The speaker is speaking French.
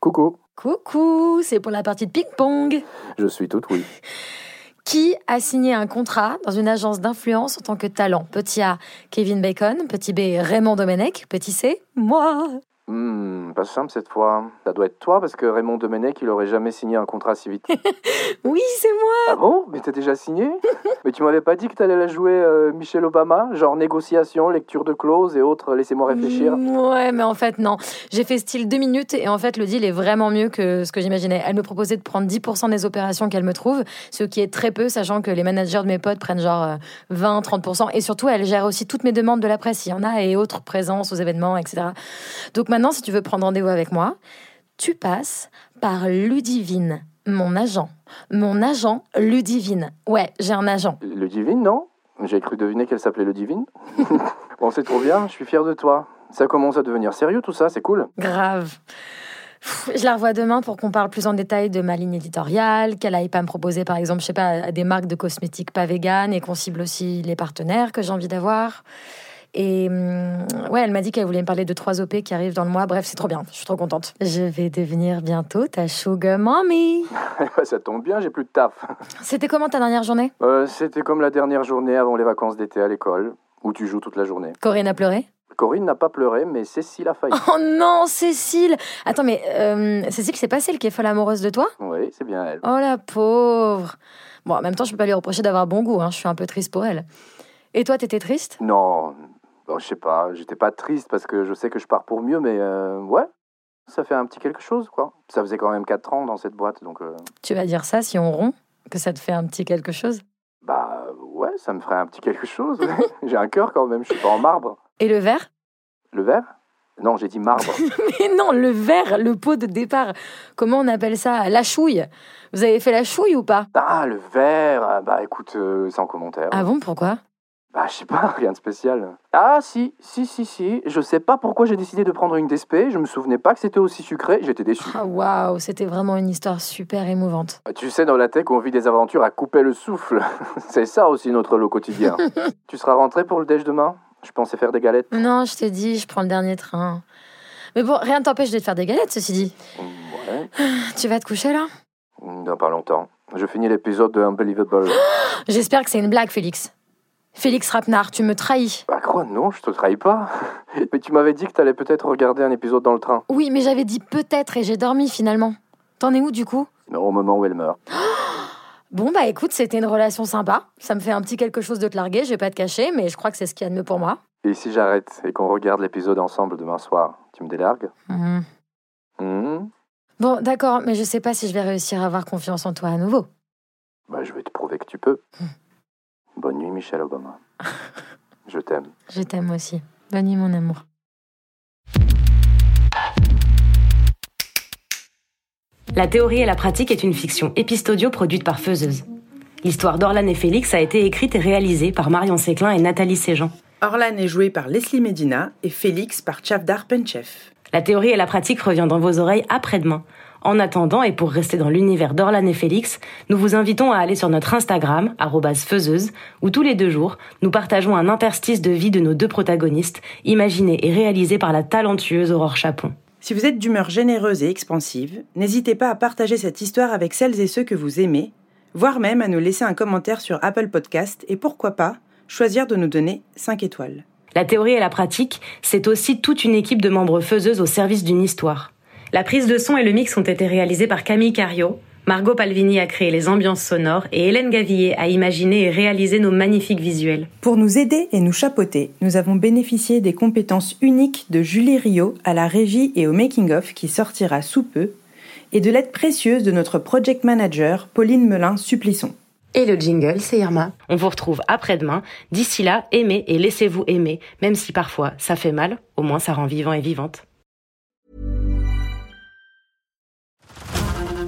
Coucou, Coucou, c'est pour la partie de ping-pong. je suis tout oui. Qui a signé un contrat dans une agence d'influence en tant que talent Petit A, Kevin Bacon. Petit B, Raymond Domenech. Petit C, moi. Hmm, pas simple cette fois. Ça doit être toi parce que Raymond Domenech, il aurait jamais signé un contrat si vite. Oui, c'est moi. ah bon Mais t'as déjà signé Mais tu m'avais pas dit que t'allais la jouer euh, Michelle Obama Genre négociation, lecture de clause et autres, euh, laissez-moi réfléchir. Mm, Ouais, mais en fait, non. J'ai fait style deux minutes et en fait, le deal est vraiment mieux que ce que j'imaginais. Elle me proposait de prendre 10% des opérations qu'elle me trouve, ce qui est très peu, sachant que les managers de mes potes prennent genre euh, 20, 30%. Et surtout, elle gère aussi toutes mes demandes de la presse, il y en a, et autres présences aux événements, etc. Donc maintenant, si tu veux prendre rendez-vous avec moi, tu passes par Ludivine, mon agent. Mon agent Ludivine. Ouais, j'ai un agent. Le Divine, non J'ai cru deviner qu'elle s'appelait Le Divine. bon, c'est trop bien, je suis fier de toi. Ça commence à devenir sérieux tout ça, c'est cool. Grave. Pff, Je la revois demain pour qu'on parle plus en détail de ma ligne éditoriale, qu'elle aille pas me proposer par exemple, je sais pas, à des marques de cosmétiques pas véganes et qu'on cible aussi les partenaires que j'ai envie d'avoir. Et hum, ouais, elle m'a dit qu'elle voulait me parler de trois OP qui arrivent dans le mois. Bref, c'est trop bien, je suis trop contente. Je vais devenir bientôt ta sugar mommy. ça tombe bien, j'ai plus de taf. C'était comment ta dernière journée Euh, C'était comme la dernière journée avant les vacances d'été à l'école, où tu joues toute la journée. Corinne a pleuré Corinne n'a pas pleuré, mais Cécile a failli. Oh non, Cécile Attends, mais euh, Cécile, c'est pas celle qui est folle amoureuse de toi Oui, c'est bien elle. Oh la pauvre Bon, en même temps, je peux pas lui reprocher d'avoir bon goût, hein. je suis un peu triste pour elle. Et toi, t'étais triste Non, bon, je sais pas, j'étais pas triste parce que je sais que je pars pour mieux, mais euh, ouais, ça fait un petit quelque chose, quoi. Ça faisait quand même 4 ans dans cette boîte, donc euh, Tu vas dire ça si on rompt Que ça te fait un petit quelque chose bah ouais, ça me ferait un petit quelque chose. j'ai un cœur quand même, je suis pas en marbre. Et le verre Le verre Non, j'ai dit marbre. Mais non, le verre, le pot de départ. Comment on appelle ça La chouille Vous avez fait la chouille ou pas ah, le verre ah, Bah écoute, euh, sans commentaire. Ah bon, pourquoi Bah, je sais pas, rien de spécial. Ah, si, si, si, si. Je sais pas pourquoi j'ai décidé de prendre une DSP. Je me souvenais pas que c'était aussi sucré. J'étais déçu. Ah waouh, c'était vraiment une histoire super émouvante. Tu sais, dans la tech, on vit des aventures à couper le souffle. C'est ça aussi notre lot quotidien. tu seras rentré pour le déj demain Je pensais faire des galettes. Non, je t'ai dit, je prends le dernier train. Mais bon, rien ne t'empêche de te faire des galettes, ceci dit. Ouais, Tu vas te coucher là dans pas longtemps. Je finis l'épisode de Unbelievable. J'espère que c'est une blague, Félix. Félix Rapnard, tu me trahis. Bah quoi, non, je te trahis pas. Mais tu m'avais dit que t'allais peut-être regarder un épisode dans le train. Oui, mais j'avais dit peut-être et j'ai dormi finalement. T'en es où du coup Mais Au moment où elle meurt. Bon, bah écoute, c'était une relation sympa. Ça me fait un petit quelque chose de te larguer, je vais pas te cacher, mais je crois que c'est ce qu'il y a de mieux pour moi. Et si j'arrête et qu'on regarde l'épisode ensemble demain soir, tu me délargues Mhm. Hmm Bon, d'accord, mais je sais pas si je vais réussir à avoir confiance en toi à nouveau. Bah je vais te prouver que tu peux. Bonne nuit, Michelle Obama. je t'aime. Je t'aime aussi. Bonne nuit, mon amour. La théorie et la pratique est une fiction épistodio produite par Feuzeuse. L'histoire d'Orlan et Félix a été écrite et réalisée par Marion Séclin et Nathalie Séjean. Orlan est joué par Leslie Medina et Félix par Chavdar Penchef. La théorie et la pratique revient dans vos oreilles après-demain. En attendant, et pour rester dans l'univers d'Orlan et Félix, nous vous invitons à aller sur notre Instagram, arrobase feuseuse, où tous les deux jours, nous partageons un interstice de vie de nos deux protagonistes, imaginé et réalisé par la talentueuse Aurore Chapon. Si vous êtes d'humeur généreuse et expansive, n'hésitez pas à partager cette histoire avec celles et ceux que vous aimez, voire même à nous laisser un commentaire sur Apple Podcast et pourquoi pas choisir de nous donner 5 étoiles. La théorie et la pratique, c'est aussi toute une équipe de membres faiseuses au service d'une histoire. La prise de son et le mix ont été réalisés par Camille Cario. Margot Palvini a créé les ambiances sonores et Hélène Gavillier a imaginé et réalisé nos magnifiques visuels. Pour nous aider et nous chapeauter, nous avons bénéficié des compétences uniques de Julie Rio à la régie et au making-of qui sortira sous peu, et de l'aide précieuse de notre project manager Pauline Melin-Supplisson. Et le jingle, c'est Irma. On vous retrouve après-demain. D'ici là, aimez et laissez-vous aimer, même si parfois ça fait mal, au moins ça rend vivant et vivante.